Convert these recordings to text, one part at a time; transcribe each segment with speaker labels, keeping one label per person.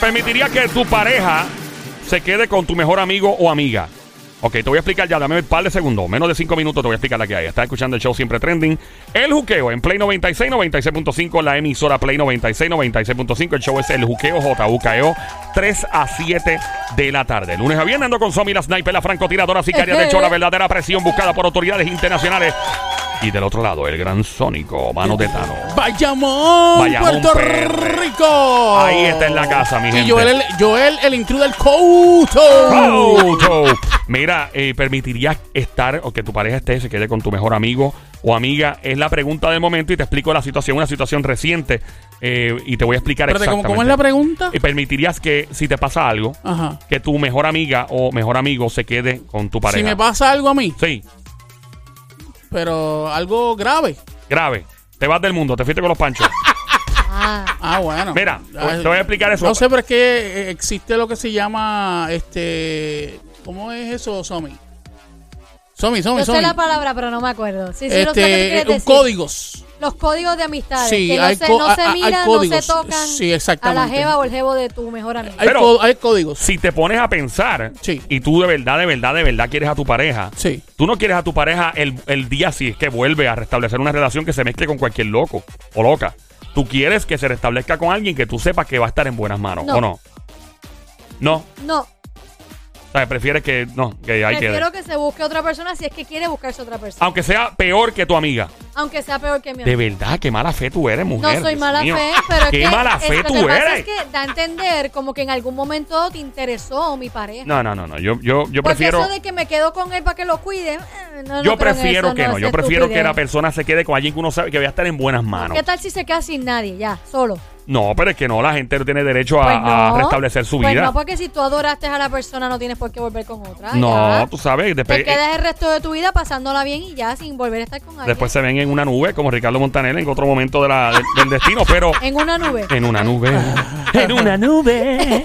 Speaker 1: permitiría que tu pareja se quede con tu mejor amigo o amiga? Ok, te voy a explicar ya, dame un par de segundos, menos de cinco minutos te voy a explicar la que hay. Estás escuchando el show siempre trending. El juqueo en Play 96, 96.5, la emisora Play 96, 96.5. El show es el juqueo JUKEO, 3 E a 7 de la tarde. Lunes a viernes ando con Somi, la sniper, la francotiradora sicaria. De hecho, la verdadera presión buscada por autoridades internacionales. Y del otro lado, el gran sónico, mano de Tano.
Speaker 2: Bayamón,
Speaker 1: Bayamón,
Speaker 2: Puerto
Speaker 1: PR.
Speaker 2: Rico.
Speaker 1: Ahí está en la casa, mi gente.
Speaker 2: Y Joel, el, Joel, el intruder Couto.
Speaker 1: Oh. Auto. Mira, eh, ¿permitirías estar o que tu pareja esté, se quede con tu mejor amigo o amiga? Es la pregunta del momento y te explico la situación, una situación reciente eh, y te voy a explicar
Speaker 2: Espérate, ¿cómo-
Speaker 1: exactamente.
Speaker 2: ¿cómo es la pregunta?
Speaker 1: Eh, ¿Permitirías que si te pasa algo,
Speaker 2: Ajá.
Speaker 1: que tu mejor amiga o mejor amigo se quede con tu pareja?
Speaker 2: Si me pasa algo a mí,
Speaker 1: Sí,
Speaker 2: pero algo grave.
Speaker 1: grave. Te vas del mundo, te fuiste con los panchos.
Speaker 2: Ah, bueno.
Speaker 1: Mira,
Speaker 2: Ah,
Speaker 1: te voy a explicar eso.
Speaker 2: No sé, pero es que eh, existe lo que se llama, este, ¿cómo es eso, Somi? Somi, Somi,
Speaker 3: Yo
Speaker 2: Somi.
Speaker 3: sé la palabra, pero no me acuerdo. Sí, sí, lo sé lo que tú
Speaker 2: Este,
Speaker 3: quieres
Speaker 2: un
Speaker 3: decir.
Speaker 2: códigos.
Speaker 3: Los códigos de amistades.
Speaker 2: Sí,
Speaker 3: que no,
Speaker 2: hay
Speaker 3: se,
Speaker 2: co-
Speaker 3: no se
Speaker 2: a- a- hay
Speaker 3: miran, no
Speaker 2: códigos.
Speaker 3: se tocan
Speaker 2: Sí, exactamente.
Speaker 3: a la jeva o el jevo de tu mejor amigo.
Speaker 2: Hay,
Speaker 1: Pero-
Speaker 2: co- hay códigos.
Speaker 1: Si te pones a pensar
Speaker 2: Sí.
Speaker 1: y tú de verdad, de verdad, de verdad quieres a tu pareja,
Speaker 2: Sí.
Speaker 1: Tú no quieres a tu pareja el, el día si es que vuelve a restablecer una relación que se mezcle con cualquier loco o loca. Tú quieres que se restablezca con alguien que tú sepas que va a estar en buenas manos,
Speaker 3: No.
Speaker 1: ¿o no? No. O
Speaker 3: No,
Speaker 1: sea, prefieres que. No, que hay que.
Speaker 3: prefiero que se busque otra persona si es que quiere buscarse otra persona.
Speaker 1: Aunque sea peor que tu amiga.
Speaker 3: Aunque sea peor que mi
Speaker 1: De
Speaker 3: amigo.
Speaker 1: verdad, qué mala fe tú eres, mujer.
Speaker 3: No soy
Speaker 1: Dios
Speaker 3: mala
Speaker 1: mío.
Speaker 3: fe, pero es
Speaker 1: Qué
Speaker 3: que.
Speaker 1: mala
Speaker 3: es-
Speaker 1: fe
Speaker 3: lo
Speaker 1: tú
Speaker 3: que pasa
Speaker 1: eres.
Speaker 3: es que da a entender como que en algún momento te interesó mi pareja.
Speaker 1: No, no, no, no. Yo, yo, yo
Speaker 3: Porque
Speaker 1: prefiero.
Speaker 3: eso de que me quedo con él para que lo cuide. eh, no, no
Speaker 1: Yo
Speaker 3: creo en
Speaker 1: prefiero
Speaker 3: eso,
Speaker 1: que no.
Speaker 3: es
Speaker 1: Yo prefiero que la
Speaker 3: estupidez.
Speaker 1: persona se quede con alguien que uno sabe que va a estar en buenas manos.
Speaker 3: ¿Qué tal si se queda sin nadie ya, solo?
Speaker 1: No, pero es que no, la gente no tiene derecho a,
Speaker 3: Pues no.
Speaker 1: a restablecer su
Speaker 3: Pues
Speaker 1: vida.
Speaker 3: no, porque si tú adoraste a la persona, no tienes por qué volver con otra.
Speaker 1: No,
Speaker 3: Ah, ya.
Speaker 1: tú sabes, después, eh,
Speaker 3: Te quedas el resto de tu vida pasándola bien y ya, sin volver a estar con alguien.
Speaker 1: después se ven en una nube, como Ricardo Montaner en otro momento de la- del- del destino, pero
Speaker 3: En una nube.
Speaker 1: en una nube. en una nube.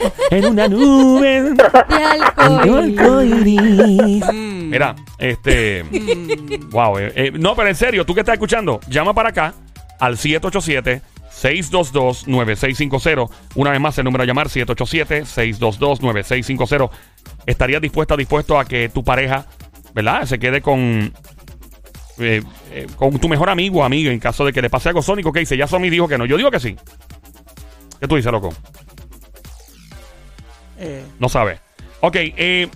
Speaker 3: De alcohol.
Speaker 2: Mm,
Speaker 1: Mira, este. wow, eh, eh, no, pero en serio, tú que estás escuchando, llama para acá al 787. 622-9650. Una vez más, el número a llamar 787-622-9650. ¿Estarías dispuesta, dispuesto a que tu pareja, ¿verdad? Se quede con, eh, eh, con tu mejor amigo o amiga en caso de que le pase algo sónico. ¿Qué dice? Ya Sony dijo que no. Yo digo que sí. ¿Qué tú dices, loco?
Speaker 2: Eh,
Speaker 1: No sabe. Ok, eh,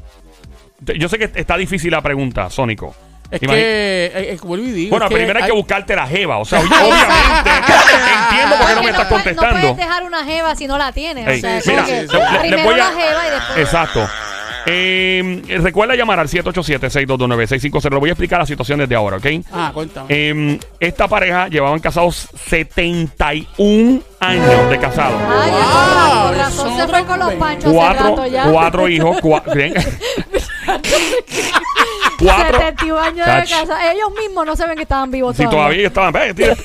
Speaker 1: te- yo sé que está difícil la pregunta, Sónico.
Speaker 2: es
Speaker 1: Imagina-
Speaker 2: que, eh, eh, vuelvo y digo,
Speaker 1: bueno,
Speaker 2: es que
Speaker 1: primero hay que
Speaker 2: hay-
Speaker 1: buscarte la jeva. O sea, ob- obviamente, entiendo por qué no me estás
Speaker 3: Porque puedes- No
Speaker 1: contestando.
Speaker 3: puedes dejar una jeva si no la tienes.
Speaker 1: Ey,
Speaker 3: o sea, es
Speaker 1: mira,
Speaker 3: como que
Speaker 1: le- le- le
Speaker 3: primero
Speaker 1: voy a-
Speaker 3: una jeva y después.
Speaker 1: Exacto. Eh, eh, recuerda llamar al 787-629-650. Le voy a explicar la situación desde ahora, ¿ok?
Speaker 2: Ah, cuéntame.
Speaker 1: Eh, esta pareja llevaban casados 71 años de casados.
Speaker 3: Ay,
Speaker 2: Wow,
Speaker 3: con razón se fue con los
Speaker 2: son
Speaker 3: panchos hace
Speaker 1: Cuatro,
Speaker 3: rato ya.
Speaker 1: cuatro hijos. cua- ¿bien? cuatro.
Speaker 3: 71 años
Speaker 1: Cach.
Speaker 3: de casa. Ellos mismos no saben que estaban vivos
Speaker 1: Si todavía estaban. ve, tiene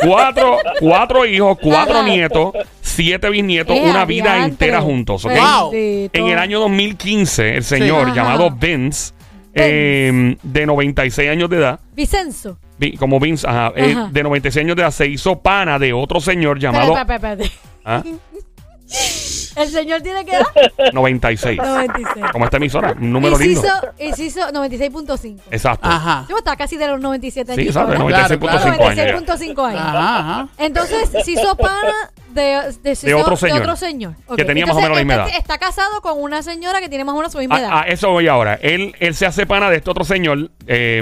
Speaker 1: cuatro, cuatro hijos, cuatro
Speaker 3: Ajá.
Speaker 1: nietos, siete bisnietos,
Speaker 3: Eh,
Speaker 1: una vida
Speaker 3: adiantre.
Speaker 1: entera juntos. ¿ok?
Speaker 2: Wow.
Speaker 3: Bendito.
Speaker 1: En el año 2015, el señor
Speaker 3: Ajá.
Speaker 1: llamado Vince, eh, de 96 años de edad,
Speaker 3: Vicenzo.
Speaker 1: vi- como Vince, ajá, eh,
Speaker 3: Ajá.
Speaker 1: de 96 años de edad, se hizo pana de otro señor
Speaker 3: Espérate,
Speaker 1: llamado
Speaker 3: espérate, espérate.
Speaker 1: ah,
Speaker 3: El señor tiene que dar
Speaker 1: 96.
Speaker 3: 96.
Speaker 1: Como esta emisora, un número
Speaker 3: y se
Speaker 1: lindo.
Speaker 3: hizo, y se hizo 96.5.
Speaker 1: Exacto.
Speaker 2: Ajá.
Speaker 3: Yo estaba casi de los 97
Speaker 1: Sí,
Speaker 3: aquí,
Speaker 1: exacto,
Speaker 3: ¿verdad?
Speaker 1: 96.5
Speaker 2: claro.
Speaker 1: años. ya.
Speaker 3: 96.5 años.
Speaker 1: Ah.
Speaker 2: Ajá, ajá.
Speaker 3: Entonces, se hizo pana de, de, se
Speaker 1: De
Speaker 3: hizo-
Speaker 1: otro señor.
Speaker 3: señor.
Speaker 1: Que
Speaker 3: Ok.
Speaker 1: tenía más o
Speaker 3: Entonces,
Speaker 1: menos la misma
Speaker 3: este
Speaker 1: edad.
Speaker 3: Está casado con una señora que tiene más o menos su misma edad.
Speaker 1: A, a Ah, eso voy ahora. Él, él se hace pana de este otro señor eh,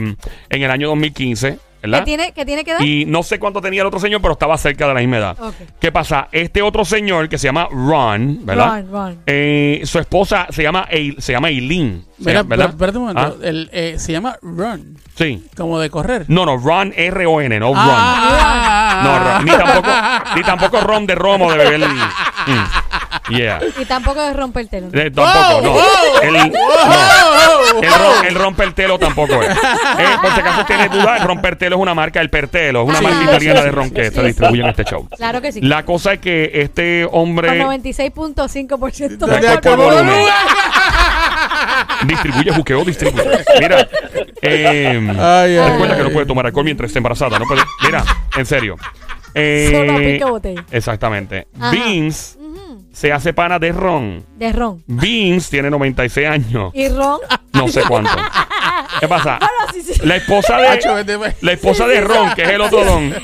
Speaker 1: en el año 2015, ¿verdad?
Speaker 3: que, tiene, que tiene que dar.
Speaker 1: Y no sé cuánto tenía el otro señor, pero estaba cerca de la misma edad.
Speaker 3: Ok.
Speaker 1: ¿Qué pasa? Este otro señor que se llama Ron, ¿verdad?
Speaker 3: Ron, Ron.
Speaker 1: Eh, su esposa se llama, Eil- se llama Eileen. se
Speaker 2: Mira,
Speaker 1: llama- ¿verdad?
Speaker 2: pero- espérate un momento.
Speaker 1: Ah,
Speaker 2: El, eh, se llama Run,
Speaker 1: sí.
Speaker 2: como de correr.
Speaker 1: No, no, Ron, R-O-N, no Ron.
Speaker 2: Ah,
Speaker 1: No, Ron. Ni tampoco, ni tampoco Ron de Romo de beber. Mm. Yeah.
Speaker 3: Y tampoco es romper el telón.
Speaker 1: Eh, tampoco, no. El, no.
Speaker 2: Oh,
Speaker 1: El, rom- el rompertelo tampoco es. Eh, por si acaso tienes dudas, el rompertelo es una marca, el pertelo, es una
Speaker 2: Sí.
Speaker 1: marca italiana de ron que se distribuye en este show.
Speaker 3: Claro que sí.
Speaker 1: La cosa es que este
Speaker 3: con
Speaker 1: hombre
Speaker 3: 96.5%
Speaker 1: De
Speaker 3: de
Speaker 1: alcohol
Speaker 3: alcohol
Speaker 1: por
Speaker 3: por
Speaker 1: volumen.
Speaker 3: volumen.
Speaker 1: distribuye, juqueo, distribuye. Mira, eh,
Speaker 2: Ay, ay,
Speaker 1: recuerda que
Speaker 2: ay.
Speaker 1: no puede tomar alcohol mientras esté embarazada. No puede, mira, en serio.
Speaker 3: Solo
Speaker 1: Eh,
Speaker 3: pica botella.
Speaker 1: exactamente.
Speaker 3: Ajá.
Speaker 1: Beans se hace pana de Ron.
Speaker 3: de ron.
Speaker 1: Beans tiene 96 años.
Speaker 3: Y ron.
Speaker 1: No sé cuánto. ¿Qué pasa?
Speaker 3: Bueno, sí, sí.
Speaker 1: La esposa
Speaker 2: Hacho,
Speaker 1: de.
Speaker 2: vete pues. pa-
Speaker 1: La esposa de Ron, que es el otro don.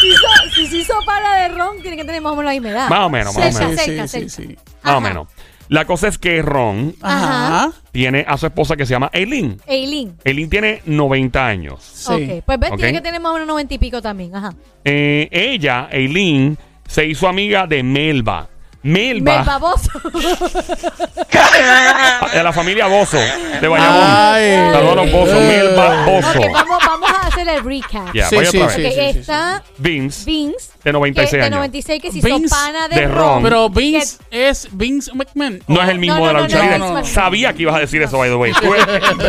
Speaker 3: Si hizo- si se hizo para de ron, tiene que tener más o menos la misma edad.
Speaker 1: Más o menos, más o
Speaker 3: Cerca,
Speaker 1: menos.
Speaker 3: cerca,
Speaker 2: Sí, sí,
Speaker 3: cerca.
Speaker 2: sí, sí.
Speaker 1: Más o
Speaker 3: Ajá.
Speaker 1: menos. La cosa es que Ron
Speaker 2: Ajá.
Speaker 1: tiene a su esposa que se llama Eileen.
Speaker 3: Eileen.
Speaker 1: Eileen tiene 90 años.
Speaker 2: Sí.
Speaker 3: Ok, pues ves,
Speaker 1: Ok.
Speaker 3: tiene que tener más o menos 90 y pico también. Ajá.
Speaker 1: Eh, ella, Eileen, se hizo amiga de Melba.
Speaker 3: Mel
Speaker 1: Melba,
Speaker 3: baboso.
Speaker 1: de la familia Bozo, de Bayamón.
Speaker 2: Ay. Eh.
Speaker 1: Saludos a los Bozo,
Speaker 3: Eh.
Speaker 1: Melba Bozo.
Speaker 3: ok, vamos, vamos a hacer el recap.
Speaker 1: Ya,
Speaker 2: Sí,
Speaker 1: voy
Speaker 2: sí,
Speaker 1: otra
Speaker 2: sí.
Speaker 1: vez.
Speaker 3: Ok, está
Speaker 1: Vince,
Speaker 3: Vince.
Speaker 1: de
Speaker 3: que,
Speaker 1: 96
Speaker 3: de
Speaker 1: años.
Speaker 3: 96 que se
Speaker 2: Vince
Speaker 3: hizo pana de,
Speaker 1: de ron.
Speaker 3: ron.
Speaker 2: Pero Vince es Vince McMahon.
Speaker 1: No es el mismo
Speaker 3: No, no,
Speaker 1: de la
Speaker 3: no,
Speaker 1: lucha
Speaker 2: no,
Speaker 1: libre.
Speaker 2: no, no, no.
Speaker 1: Sabía que ibas a decir eso, by the way. Fue-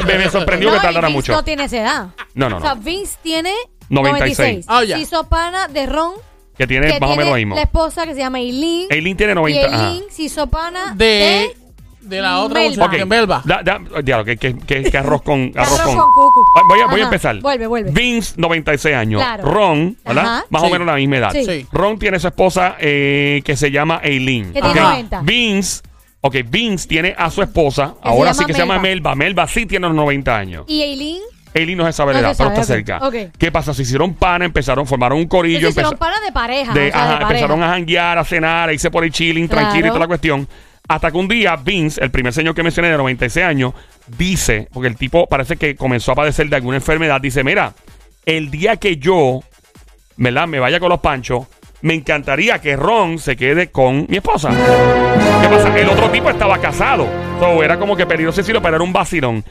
Speaker 1: me, me sorprendió
Speaker 3: No,
Speaker 1: que tardara
Speaker 3: y Vince
Speaker 1: mucho.
Speaker 3: no tiene esa edad.
Speaker 1: No, no,
Speaker 3: O sea,
Speaker 1: no.
Speaker 3: Vince tiene
Speaker 1: 96.
Speaker 3: 96.
Speaker 2: Ah, ya.
Speaker 3: Se hizo pana de ron.
Speaker 1: Que tiene
Speaker 3: que
Speaker 1: más o
Speaker 3: tiene
Speaker 1: menos lo mismo.
Speaker 3: La esposa que se llama Eileen.
Speaker 1: Eileen tiene
Speaker 3: Y
Speaker 1: 90. ajá.
Speaker 3: Eileen se hizo pana de,
Speaker 2: De, de la otra
Speaker 3: Melba.
Speaker 2: muchacha,
Speaker 1: Ok.
Speaker 2: que Melba.
Speaker 1: Da- da- diablo, que, que- que- que arroz con.
Speaker 3: Arroz con cucu.
Speaker 1: Ah, Voy a, voy a
Speaker 3: Ajá.
Speaker 1: empezar.
Speaker 3: Vuelve, vuelve.
Speaker 1: Vince, 96 años.
Speaker 3: Claro.
Speaker 1: Ron, ¿verdad?
Speaker 3: Ajá.
Speaker 1: Más o
Speaker 2: Sí.
Speaker 1: menos la misma edad.
Speaker 3: Sí.
Speaker 2: Sí.
Speaker 1: Ron tiene su esposa eh, que se llama Eileen.
Speaker 3: Que tiene
Speaker 1: ¿ok?
Speaker 3: 90.
Speaker 1: Vince. Ok, Vince tiene a su esposa,
Speaker 3: se
Speaker 1: ahora
Speaker 3: llama
Speaker 1: sí que se llama Melba. Melba sí tiene los 90 años.
Speaker 3: Y Eileen
Speaker 1: Eileen no se sabe la
Speaker 3: No
Speaker 1: edad,
Speaker 3: se
Speaker 1: pero
Speaker 3: sabe,
Speaker 1: está
Speaker 3: ok.
Speaker 1: cerca.
Speaker 3: Ok.
Speaker 1: ¿Qué pasa? Se hicieron pana, empezaron, formaron un
Speaker 3: se
Speaker 1: corillo.
Speaker 3: hicieron
Speaker 1: empeza-
Speaker 3: pana de pareja.
Speaker 1: de-
Speaker 3: o sea,
Speaker 1: ajá,
Speaker 3: de pareja.
Speaker 1: empezaron a janguear, a cenar, a irse por el chilling, tranquilo y
Speaker 3: Claro.
Speaker 1: toda la cuestión. Hasta que un día Vince, el primer señor que mencioné de 96 años, dice, porque el tipo parece que comenzó a padecer de alguna enfermedad, dice, mira, el día que yo, ¿verdad? Me vaya con los panchos, me encantaría que Ron se quede con mi esposa. ¿Qué pasa? El otro tipo estaba casado. So, era como que peligroso decirlo, pero era un vacilón.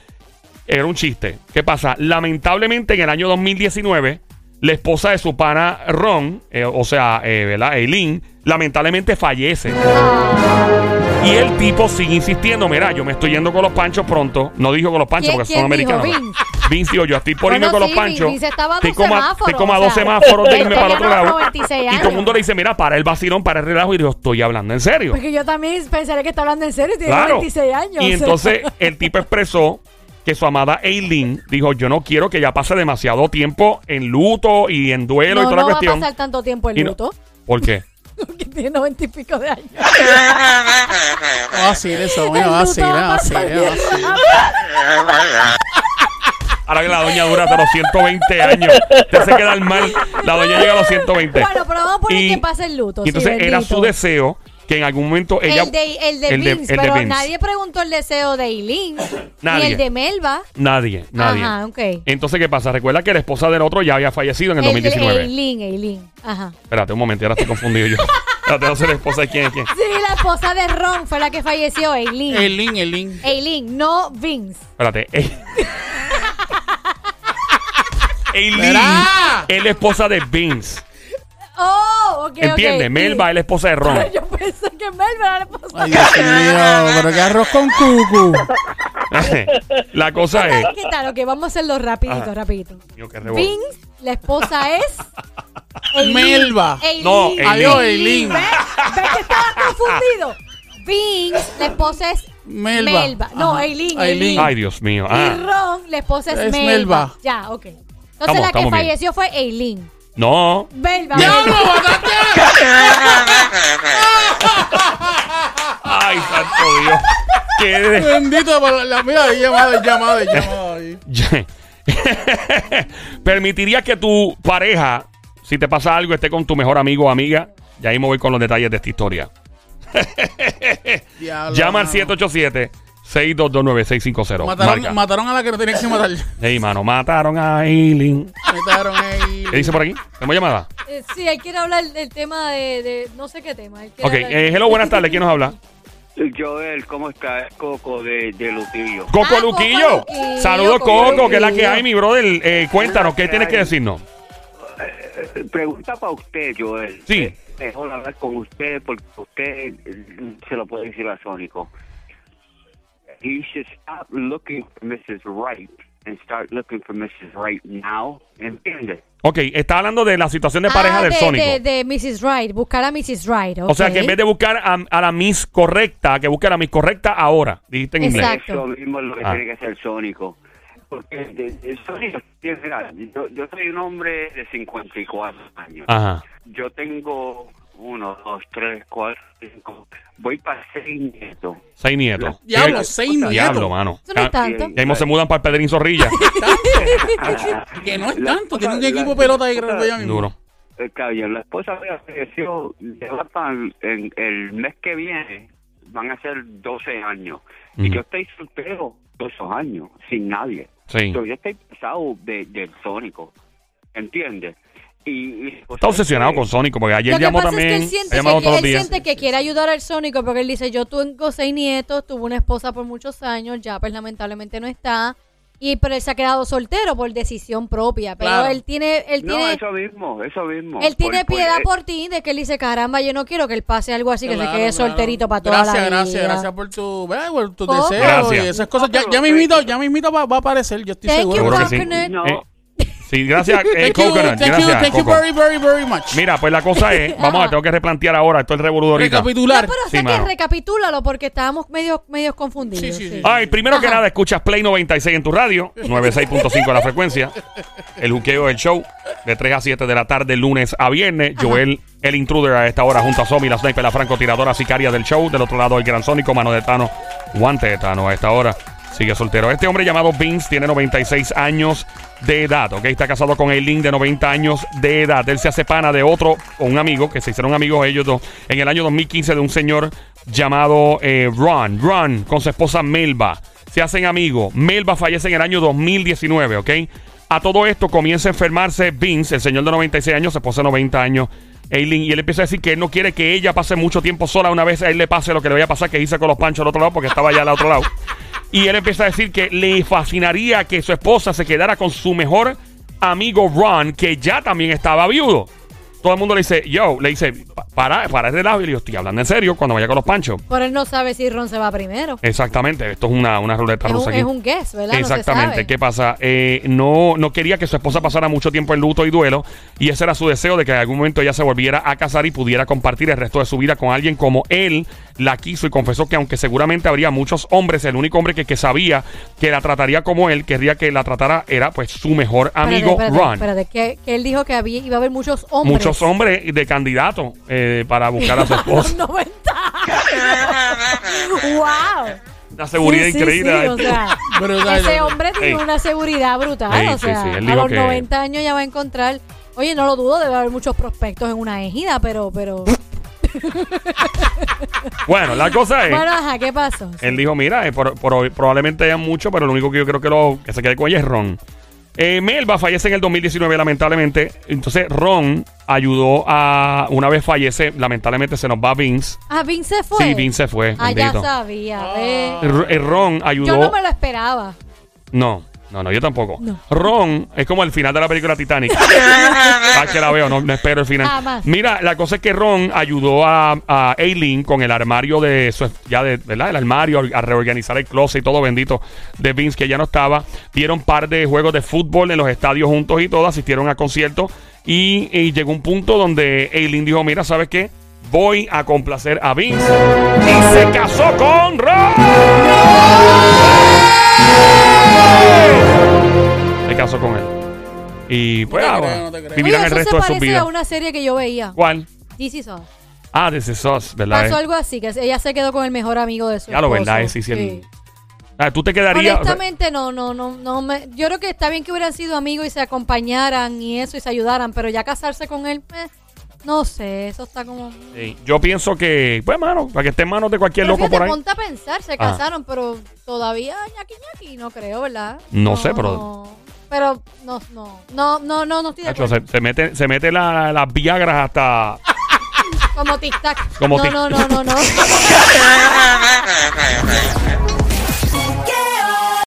Speaker 1: Era un chiste. ¿Qué pasa? Lamentablemente en el año 2019, la esposa de su pana Ron, eh, o sea, eh, ¿verdad? Eileen, lamentablemente fallece.
Speaker 3: Ah.
Speaker 1: Y el tipo sigue insistiendo, mira, yo me estoy yendo con los panchos pronto. No dijo con los panchos
Speaker 3: ¿Quién-
Speaker 1: porque son
Speaker 3: quién dijo?
Speaker 1: americanos.
Speaker 3: Vince.
Speaker 1: Vince dijo, yo estoy por irme
Speaker 3: Bueno,
Speaker 1: con los
Speaker 3: sí,
Speaker 1: panchos.
Speaker 3: Vince estaba a
Speaker 1: Estoy
Speaker 3: dos
Speaker 1: como a-
Speaker 3: semáforos,
Speaker 1: estoy como a
Speaker 3: o
Speaker 1: dos
Speaker 3: sea,
Speaker 1: semáforos de
Speaker 3: él
Speaker 1: irme para el otro
Speaker 3: tenía
Speaker 1: lado.
Speaker 3: 96
Speaker 1: Y todo el
Speaker 3: años.
Speaker 1: mundo le dice, mira, para el vacilón, para el relajo. Y yo estoy hablando en serio.
Speaker 3: Porque yo también pensaré que está hablando en serio. y Tiene
Speaker 1: Claro.
Speaker 3: 26 años.
Speaker 1: Y
Speaker 3: o sea.
Speaker 1: entonces eh, el tipo expresó que su amada Eileen dijo, yo no quiero que ya pase demasiado tiempo en luto y en duelo y
Speaker 3: no,
Speaker 1: toda
Speaker 3: no
Speaker 1: la cuestión.
Speaker 3: va a pasar tanto tiempo
Speaker 1: Y
Speaker 3: el
Speaker 1: no-
Speaker 3: luto.
Speaker 1: ¿Por qué?
Speaker 3: Porque tiene 90 y pico de años.
Speaker 2: No vacile Oh, eso,
Speaker 3: El
Speaker 2: mira, oh,
Speaker 3: luto
Speaker 2: vacile,
Speaker 3: va a
Speaker 2: vacile,
Speaker 3: pasar bien
Speaker 2: vacile.
Speaker 1: Ahora que la doña dura hasta los 120 años. Te hace quedar mal. La doña llega a los 120.
Speaker 3: Bueno, pero vamos a poner que pase el luto,
Speaker 1: y
Speaker 3: sí,
Speaker 1: entonces era
Speaker 3: bendito.
Speaker 1: su deseo que en algún momento ella...
Speaker 3: el de, el de
Speaker 1: el de-
Speaker 3: Vince,
Speaker 1: el de
Speaker 3: pero
Speaker 1: Vince.
Speaker 3: nadie preguntó el deseo de Eileen.
Speaker 1: Nadie.
Speaker 3: Ni el de Melba.
Speaker 1: Nadie, nadie.
Speaker 3: Ajá, ok.
Speaker 1: Entonces, ¿qué pasa? Recuerda que la esposa del otro ya había fallecido en el,
Speaker 3: de
Speaker 1: 2019.
Speaker 3: Eileen, Eileen. Ajá.
Speaker 1: Espérate un momento, ahora estoy confundido yo. Espérate, no sé la esposa de quién es quién.
Speaker 3: Sí, la esposa de Ron fue la que falleció, Eileen.
Speaker 2: El link, el link.
Speaker 3: Eileen, no Vince.
Speaker 1: Espérate. eh. Eileen
Speaker 2: Espera.
Speaker 1: es la esposa de Vince.
Speaker 3: Oh, ok,
Speaker 1: ¿Entiendes?
Speaker 3: ok.
Speaker 1: Melba es la esposa de Ron.
Speaker 3: Yo pensé que Melba era la esposa.
Speaker 2: Ay, Dios mío, pero qué arroz con cucu.
Speaker 1: la cosa es.
Speaker 3: ¿Qué tal? Ok, vamos a hacerlo rapidito,
Speaker 1: Ajá.
Speaker 3: rapidito.
Speaker 1: Mío, qué revolú-
Speaker 3: Vince, la esposa es... Eileen.
Speaker 2: Melba.
Speaker 3: Eileen.
Speaker 1: No, Eileen.
Speaker 2: Adiós, Eileen.
Speaker 3: ¿Ves? ¿Ves que estaba confundido? Vince, la esposa es
Speaker 2: Melba.
Speaker 3: No,
Speaker 2: Ajá.
Speaker 3: Eileen.
Speaker 2: Eileen.
Speaker 3: Eileen.
Speaker 1: Ay, Dios mío.
Speaker 3: Y
Speaker 1: Ah,
Speaker 3: Ron, la esposa es,
Speaker 2: Es
Speaker 3: Melba.
Speaker 2: Melba.
Speaker 3: Ya, ok. Entonces
Speaker 1: Estamos-
Speaker 3: la que
Speaker 1: estamos bien.
Speaker 3: falleció fue Eileen.
Speaker 1: no.
Speaker 3: Melba.
Speaker 2: ¡Diablo, mataste!
Speaker 1: Ay, santo Dios. Qué de-
Speaker 2: Bendito, pero la, mira, hay llamada, hay llamada, hay llamada. ahí.
Speaker 1: Ya. ¿Permitirías que tu pareja, si te pasa algo, esté con tu mejor amigo o amiga? Y ahí me voy con los detalles de esta historia.
Speaker 2: Diablo,
Speaker 1: Llama al
Speaker 2: mano.
Speaker 1: 787-622-9650. Marca.
Speaker 2: Mataron, mataron a la que no tenían que matar.
Speaker 1: Ey, mano, mataron a Eileen.
Speaker 2: Mataron ahí.
Speaker 1: ¿Qué dice por aquí? ¿Tenemos llamada?
Speaker 3: Eh, sí, él quiere hablar del tema de, de- no sé qué tema. él quiere
Speaker 1: Ok,
Speaker 3: hablar.
Speaker 1: eh, hello, buenas tardes. ¿Quién nos habla?
Speaker 4: Joel, ¿cómo estás? Coco de, de Lutillo.
Speaker 1: Coco
Speaker 3: Ah,
Speaker 1: Luquillo.
Speaker 3: Coco Luquillo,
Speaker 1: Saludos,
Speaker 3: Coco
Speaker 1: Coco, que es la que
Speaker 3: Luquillo.
Speaker 1: hay, mi brother. Eh, cuéntanos, ¿qué tienes que decirnos?
Speaker 4: Eh, Pregunta para usted, Joel.
Speaker 1: Sí.
Speaker 4: Eh, Mejor hablar con usted porque usted eh, se lo puede decir a Sónico. You should stop looking for Mrs. Right and start looking for Mrs. Right now. ¿Entiende?
Speaker 1: Ok, está hablando de la situación de
Speaker 3: Ah,
Speaker 1: pareja del
Speaker 3: de,
Speaker 1: Sónico.
Speaker 3: De, de Mrs. Wright, buscar a Mrs. Wright.
Speaker 1: O sea, que en vez de buscar a, a la Miss correcta, que busque a la Miss correcta ahora, dijiste en inglés.
Speaker 3: Exacto.
Speaker 4: Eso mismo es lo que
Speaker 1: Ah.
Speaker 4: tiene que hacer Sónico. Porque eh, eh, Sónico, mira, yo, yo soy un hombre de 54 años.
Speaker 1: Ajá.
Speaker 4: Yo tengo uno, dos, tres, cuatro, cinco. Voy para seis nietos.
Speaker 1: Seis nietos.
Speaker 2: Diablo,
Speaker 1: ¿Qué-
Speaker 2: seis nietos.
Speaker 1: Diablo, mano.
Speaker 3: Eso no es tanto.
Speaker 1: Y ahí mo- se mudan para el Pedrín Zorrilla.
Speaker 2: Que no es
Speaker 4: La
Speaker 2: tanto, tiene un
Speaker 4: esposa-
Speaker 2: equipo
Speaker 4: la
Speaker 2: de pelota ahí
Speaker 4: esposa-
Speaker 2: creo que ya mismo.
Speaker 1: Duro.
Speaker 4: Eh, Caballero, la esposa mía falleció de Batman en- el mes que viene. Van a ser 12 años. Y
Speaker 1: Ujú.
Speaker 4: yo estoy soltero todos esos años, sin nadie.
Speaker 1: Sí.
Speaker 4: Pero yo estoy pesado de, del sónico. ¿Entiendes? Y, y-
Speaker 1: Está obsesionado con Sónico porque ayer llamó
Speaker 3: es
Speaker 1: también.
Speaker 3: que él siente,
Speaker 1: ha llamado
Speaker 3: que,
Speaker 1: todos los
Speaker 3: él
Speaker 1: días.
Speaker 3: siente que quiere ayudar al Sónico porque él dice, yo tengo seis nietos, tuve una esposa por muchos años, ya pues lamentablemente no está. Y pero él se ha quedado soltero por decisión propia. Pero
Speaker 2: Claro.
Speaker 3: él tiene, él
Speaker 4: No,
Speaker 3: tiene,
Speaker 4: eso mismo, eso mismo.
Speaker 3: él tiene
Speaker 4: Por-
Speaker 3: piedad
Speaker 4: eh,
Speaker 3: por ti, de que él dice, caramba, yo no quiero que él pase algo así, que
Speaker 2: Claro,
Speaker 3: se quede
Speaker 2: claro.
Speaker 3: solterito para toda
Speaker 2: gracias,
Speaker 3: la vida.
Speaker 2: Gracias, gracias, por tu, eh, por tus
Speaker 3: Oh.
Speaker 2: deseos
Speaker 1: Gracias.
Speaker 2: y esas cosas. Ya, ya me ya mismito va, va a aparecer, yo estoy
Speaker 3: Thank
Speaker 2: seguro.
Speaker 3: you,
Speaker 1: Seguro que sí.
Speaker 3: Coconut.
Speaker 4: No,
Speaker 1: Eh, Sí, gracias, eh,
Speaker 2: Thank you,
Speaker 1: Coconut.
Speaker 2: thank you,
Speaker 1: Gracias,
Speaker 2: thank you
Speaker 1: Coco.
Speaker 2: very, very, very much.
Speaker 1: Mira, pues la cosa es, vamos a,
Speaker 3: Ajá.
Speaker 1: tengo que replantear ahora, esto es el revolú ahorita.
Speaker 2: Recapitular.
Speaker 3: No, pero
Speaker 1: Sí,
Speaker 3: o sea que
Speaker 1: mano.
Speaker 3: recapitúlalo porque estábamos medio, medio confundidos.
Speaker 2: Sí, sí, sí.
Speaker 1: Ay, primero que
Speaker 3: Ajá.
Speaker 1: nada, escuchas Play 96 en tu radio, 96.5 la frecuencia. El juqueo del show, de 3 a 7 de la tarde, lunes a viernes. Joel, el intruder a esta hora, junto a Somi, la sniper, la francotiradora sicaria del show. Del otro lado, el gran sónico, mano de Tano, guante de Tano a esta hora. Sigue soltero. Este hombre llamado Vince tiene 96 años de edad, ¿ok? Está casado con Eileen de 90 años de edad. Él se hace pana de otro, o un amigo, que se hicieron amigos ellos dos, en el año 2015 de un señor llamado eh, Ron. Ron, con su esposa Melba. Se hacen amigos. Melba fallece en el año 2019, ¿ok? A todo esto comienza a enfermarse Vince, el señor de 96 años, se esposa de 90 años. Aileen, y él empieza a decir que él no quiere que ella pase mucho tiempo sola una vez a él le pase lo que le vaya a pasar que hice con los panchos al otro lado porque estaba allá al otro lado. Y él empieza a decir que le fascinaría que su esposa se quedara con su mejor amigo Ron, que ya también estaba viudo. Todo el mundo le dice, yo, le dice, "Pa- para, para el relajo. Y le digo, estoy hablando en serio cuando vaya con los panchos.
Speaker 3: Por él no sabe si Ron se va primero.
Speaker 1: Exactamente, esto es una, una ruleta
Speaker 3: Es
Speaker 1: rusa
Speaker 3: un,
Speaker 1: aquí.
Speaker 3: es un guess, ¿verdad? No se
Speaker 1: Exactamente.
Speaker 3: sabe.
Speaker 1: ¿Qué pasa? Eh, no, no quería que su esposa pasara mucho tiempo en luto y duelo. Y ese era su deseo de que en algún momento ella se volviera a casar y pudiera compartir el resto de su vida con alguien como él la quiso. Y confesó que, aunque seguramente habría muchos hombres, el único hombre que, que sabía que la trataría como él, querría que la tratara, era pues su mejor
Speaker 3: Espérate,
Speaker 1: amigo
Speaker 3: espérate,
Speaker 1: Ron.
Speaker 3: espérate, que, que él dijo que había, iba a haber muchos hombres.
Speaker 1: Muchos hombres de candidato eh, para buscar a su esposa.
Speaker 3: 90. ¡Wow!
Speaker 1: Una seguridad
Speaker 3: Sí, sí,
Speaker 1: increíble. ¿eh?
Speaker 3: sí, o sea,
Speaker 2: Brutal.
Speaker 3: ese hombre tiene
Speaker 1: Ey.
Speaker 3: una seguridad brutal.
Speaker 1: Ey,
Speaker 3: o
Speaker 1: sí,
Speaker 3: sea,
Speaker 1: sí, él
Speaker 3: a
Speaker 1: dijo
Speaker 3: los
Speaker 1: que-
Speaker 3: 90 años ya va a encontrar. Oye, no lo dudo, debe haber muchos prospectos en una ejida, pero. pero
Speaker 1: Eh. bueno, la cosa es.
Speaker 3: bueno, ajá, ¿qué pasó?
Speaker 1: Él dijo, mira, eh, por- por- probablemente hayan mucho, pero lo único que yo creo que, lo, que se quede con ella es Ron. Eh, Melba fallece en el 2019, lamentablemente. Entonces, Ron ayudó a... Una vez fallece, lamentablemente se nos va Vince.
Speaker 3: Ah, Vince se fue.
Speaker 1: Sí, Vince se fue.
Speaker 3: Ah, ya
Speaker 1: bendito.
Speaker 3: sabía. ve.
Speaker 1: R- eh, Ron ayudó...
Speaker 3: Yo no me lo esperaba.
Speaker 1: No, no, no, yo tampoco.
Speaker 3: No.
Speaker 1: Ron es como el final de la película Titanic. Ah, que la veo, no, no espero el final.
Speaker 3: Jamás.
Speaker 1: Mira, la cosa es que Ron ayudó a, a Aileen con el armario de su, ya de, ¿verdad? El armario, a reorganizar el closet y todo bendito de Vince, que ya no estaba. Dieron par de juegos de fútbol en los estadios juntos y todo, asistieron a conciertos. Y, y llegó un punto donde Aileen dijo: Mira, ¿sabes qué? Voy a complacer a Vince. Y se casó con Ron. Se casó con él. Y pues
Speaker 2: te
Speaker 1: ahora
Speaker 2: creo, no te creo.
Speaker 1: vivirán
Speaker 3: Oye,
Speaker 1: el
Speaker 3: eso
Speaker 1: resto
Speaker 3: se
Speaker 1: de sus
Speaker 3: parece
Speaker 1: vidas.
Speaker 3: a una serie que yo veía.
Speaker 1: ¿Cuál?
Speaker 3: This is Us.
Speaker 1: Ah, de Sos, ¿verdad?
Speaker 3: Pasó
Speaker 1: eh?
Speaker 3: algo así, que ella se quedó con el mejor amigo de su
Speaker 1: Ya lo
Speaker 3: esposo.
Speaker 1: verdad, eh, sí, sí, el- Ah, tú te quedarías. o sea,
Speaker 3: Honestamente, no, no, no, no. me- yo creo que está bien que hubieran sido amigos y se acompañaran y eso y se ayudaran, pero ya casarse con él, eh, no sé, eso está como.
Speaker 1: sí, yo pienso que, pues, mano, para que esté en manos de cualquier
Speaker 3: Pero
Speaker 1: loco
Speaker 3: fíjate,
Speaker 1: por ahí. Ah.
Speaker 3: ponte a pensar, se casaron, pero todavía ñaqui ñaqui, no creo, ¿verdad?
Speaker 1: No sé, pero-
Speaker 3: no. pero no, no, no, no, no, no estoy de
Speaker 1: Nacho,
Speaker 3: acuerdo.
Speaker 1: se, se mete, se mete la- las viagras hasta.
Speaker 3: Como tic tac.
Speaker 1: Como
Speaker 3: no,
Speaker 1: tic-
Speaker 3: no, no, no, no.